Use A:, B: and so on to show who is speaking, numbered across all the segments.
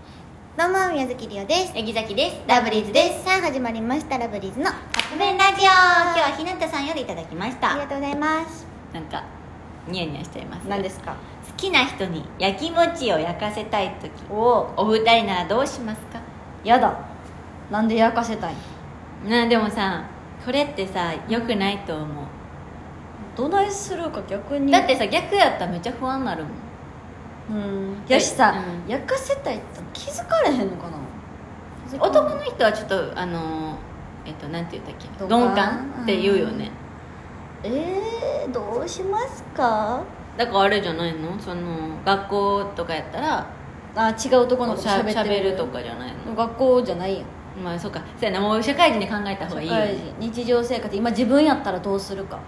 A: どうも宮崎りおです
B: ヤギザキです
A: ラブリーズですさあ始まりましたラブリーズの
B: 革命ラジオ今日はひなたさんよりいただきまし
A: ありが
B: た
A: とうございます
B: なんかニヤニヤしちゃいます
A: 何ですか
B: 好きな人に焼き餅を焼かせたい時
A: お
B: お二人ならどうしますか
A: やだなんでやかせたい
B: なでもさこれってさ良くないと思う
A: どないするか逆に
B: だってさ逆やったらめっちゃ不安になるもん
A: うんやしさ、
B: うん
A: やかせたいって気づかれへんのかな
B: 男の人はちょっとあのえっとなんて言ったっけ
A: 鈍感
B: 鈍感って言うよね、
A: えー、どうしますか
B: だからあれじゃないのその学校とかやったら
A: あ違う男の子と
B: し
A: 喋
B: ゃ
A: ってる
B: しゃべるとかじゃないの
A: 学校じゃないやん
B: まあそうかそうやなもう社会人で考えた方
A: 社
B: が
A: 会
B: いい
A: 人
B: よね
A: 日常生活今自分やったらどうするか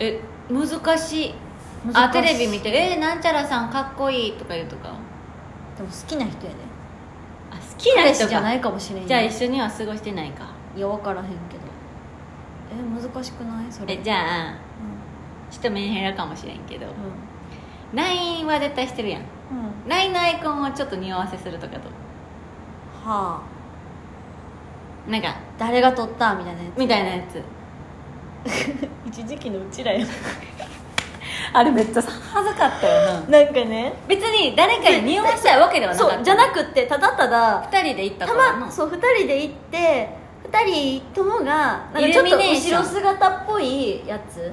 B: え難しいあ
A: 難しい
B: テレビ見て「えーなんちゃらさんかっこいい」とか言うとかあ
A: でも好きな人やね
B: 好きな
A: 彼
B: 人
A: 氏
B: か
A: じゃないかもしれんよ
B: じゃあ一緒には過ごしてないか
A: いや分からへんけどえ難しくないそれ
B: えじゃあちょっとメンヘラかもしれんけど
A: うん
B: LINE は絶対してるやん
A: うん、うん、は
B: LINE のアイコンをちょっと匂わせするとかと
A: あ
B: なんか
A: 誰が撮ったみたいなや
B: みたいなやつ
A: つ 一時期のうちらや
B: あれめっちゃ恥ずかったよな
A: なんかね
B: 別に誰かに匂わせたいわけではなかった
A: そうじゃなくってただただ
B: 2人で行った
A: た
B: から
A: ま
B: な
A: そう2人で行って2人ともがなんか
B: イ
A: ちょ
B: ル
A: っ
B: ミ
A: と
B: ネーシ
A: 後
B: ョン
A: ろ姿っぽいやつ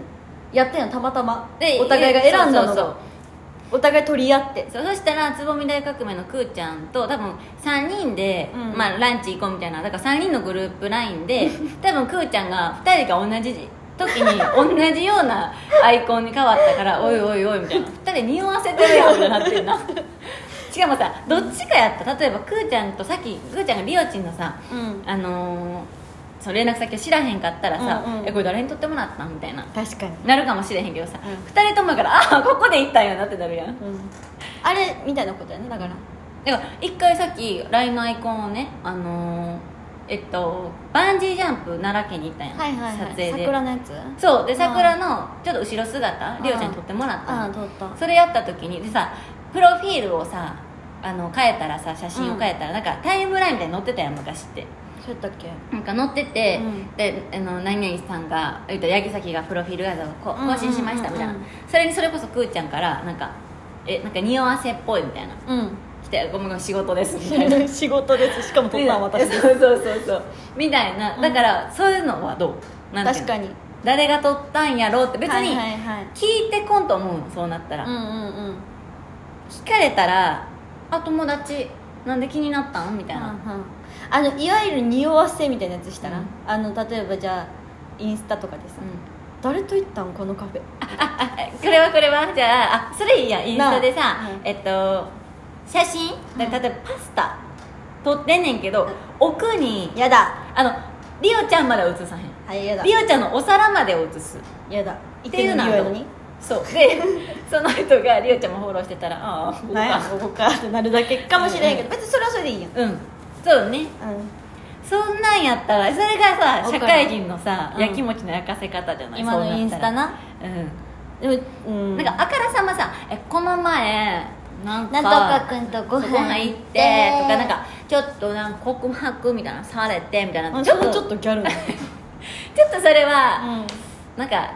A: やってんのたまたま
B: で
A: お互いが選んだの
B: そうそうそう
A: がお互い取り合って
B: そうそしたらつぼみ大革命のくーちゃんと多分3人で、
A: うん
B: まあ、ランチ行こうみたいなだから3人のグループ LINE で多分くーちゃんが2人が同じ時に同じよ うなアイコンに変わったから「おいおいおい」みたいな2人匂わせてるやんってなってんなしかもさどっちかやった例えばくーちゃんとさっきくーちゃんがりおちんのさ
A: うん
B: あのーそう連絡先を知らへんかったらさ「
A: うんうん
B: えこれ誰に取ってもらったん?」みたいな
A: 確かに、
B: なるかもしれへんけどさ、
A: うん
B: 2人ともやから「ああここで行ったんやな」ってなるやん
A: うん、あれみたいなことやねだから
B: だから一回さっき LINE のアイコンをねあのーえっとバンジージャンプ奈良県に行ったんや、
A: はいはい、はい、
B: 撮影で
A: 桜のやつ
B: そうで
A: うん
B: 桜のちょっと後ろ姿
A: うん
B: りおちゃんに撮ってもらった
A: ああ
B: の
A: 撮った
B: それやった時にでさプロフィールをさあの変えたらさ写真を変えたら、なんかタイムラインみたいに載ってたやん昔って
A: そうやったっけ
B: なんか載ってて、
A: うん
B: であの何々さんが言うたら八木崎がプロフィール画像をこ
A: うんうんうんうん
B: 更新しましたみたいな、それにそれこそくーちゃんからなんかえなんか匂わせっぽいみたいな
A: う
B: 来てごめんごめん仕事ですみたいな
A: 仕事ですしかも
B: うん そうそうそうそうみたいな
A: うん
B: だからそういうのはどうなんていう
A: 確か
B: の
A: に
B: 誰が撮ったんやろうって別
A: はい
B: に
A: はいはい
B: 聞いてこんと思うのそうなったら、
A: うんうんうんうん
B: 聞かれたら「あ友達なんで気になったん?」みたいな、
A: あのいわゆる匂わせみたいなやつしたら、
B: うん
A: あの例えばじゃあインスタとかでさ、
B: うん
A: 誰と行ったんこのカフェ
B: ああこれはこれはじゃああそれいいやインスタでさ
A: なあ、うん
B: えっと写真
A: うん
B: だ例えばパスタ撮ってんねんけど、奥に
A: やだ
B: あのリオちゃんまでは映さへん
A: はいやだ
B: リオちゃんのお皿までは映す
A: やだ
B: っ
A: 行ってて
B: い
A: る
B: うの
A: の
B: は
A: 匂いのに
B: そうで その人がリオちゃんもフォローしてたらああここか
A: なんやここかってなるだけかもしれんけど別にそれはそれでいいやん
B: うんそうね
A: う
B: そんなんやったらそれがさ
A: わか
B: 社
A: る
B: 会人のさ、
A: うん
B: やきもちの焼かせ方じゃない
A: 今のインスタ
B: な
A: なでも、う、
B: うんん、なんかあからさまさ「えこの前なんか
A: なんとかくんとご
B: ご
A: 飯
B: 飯行って」とかなんかちょっとなんか告白みたいなのされてみたいな
A: ち
B: ち
A: ょ
B: ょ
A: っ
B: っ
A: と
B: と
A: ち
B: ち
A: ょ
B: ょ
A: っ
B: っ
A: とギャ ルな
B: とそれは、
A: う
B: なんか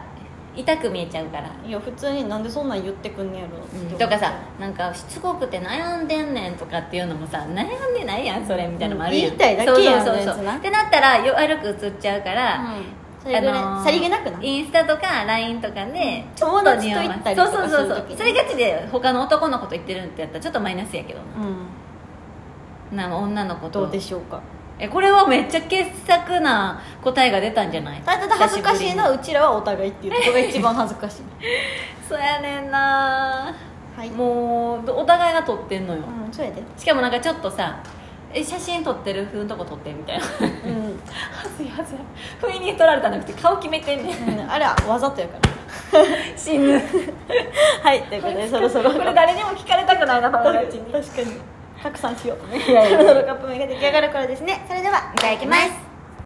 B: 痛く見えちゃうから
A: んいや普通になんでそんなん言ってくんねやろって
B: とかさなんかしつこくて悩んでんねんとかっていうのもさ悩んでないやんそれみたいなのもあるやん、
A: うん言いたいだけやん
B: そうそう
A: そ
B: そ
A: のやつ
B: うそう
A: な
B: ってなったらよ悪く映っちゃうから、
A: うんそれぐらい、
B: あのー
A: さりげなくな
B: インスタとか LINE とかで
A: ちょっと友達と行ったりとか
B: そうそうそうそう
A: する時に
B: それがちで他の男の子と言ってるんってやったらちょっとマイナスやけど
A: うん
B: ななんか女の子と
A: どうでしょうか
B: えこれはめっちゃ傑作な答えが出たんじゃない
A: ただただ恥ずかしいのは
B: 久ぶりに
A: うちらはお互いっていうところが一番恥ずかしい
B: そうやねんな、
A: はいも
B: もうお互いが撮ってんのよ、
A: う、うん、そうやで
B: しかもなんかちょっとさえ写真撮ってる風のとこ撮ってみたいな
A: うん
B: はずいはずい不意に撮られたんじゃなくて顔決めてんねん
A: うんあれはわざとやから
B: 死ぬ
A: はいということでそろそろ
B: これ誰にも聞かれたくないな友
A: 確
B: 達に
A: かに拡散しよう
B: いやいや
A: そろそろカップ麺が出来上がる頃ですねそれではいただきます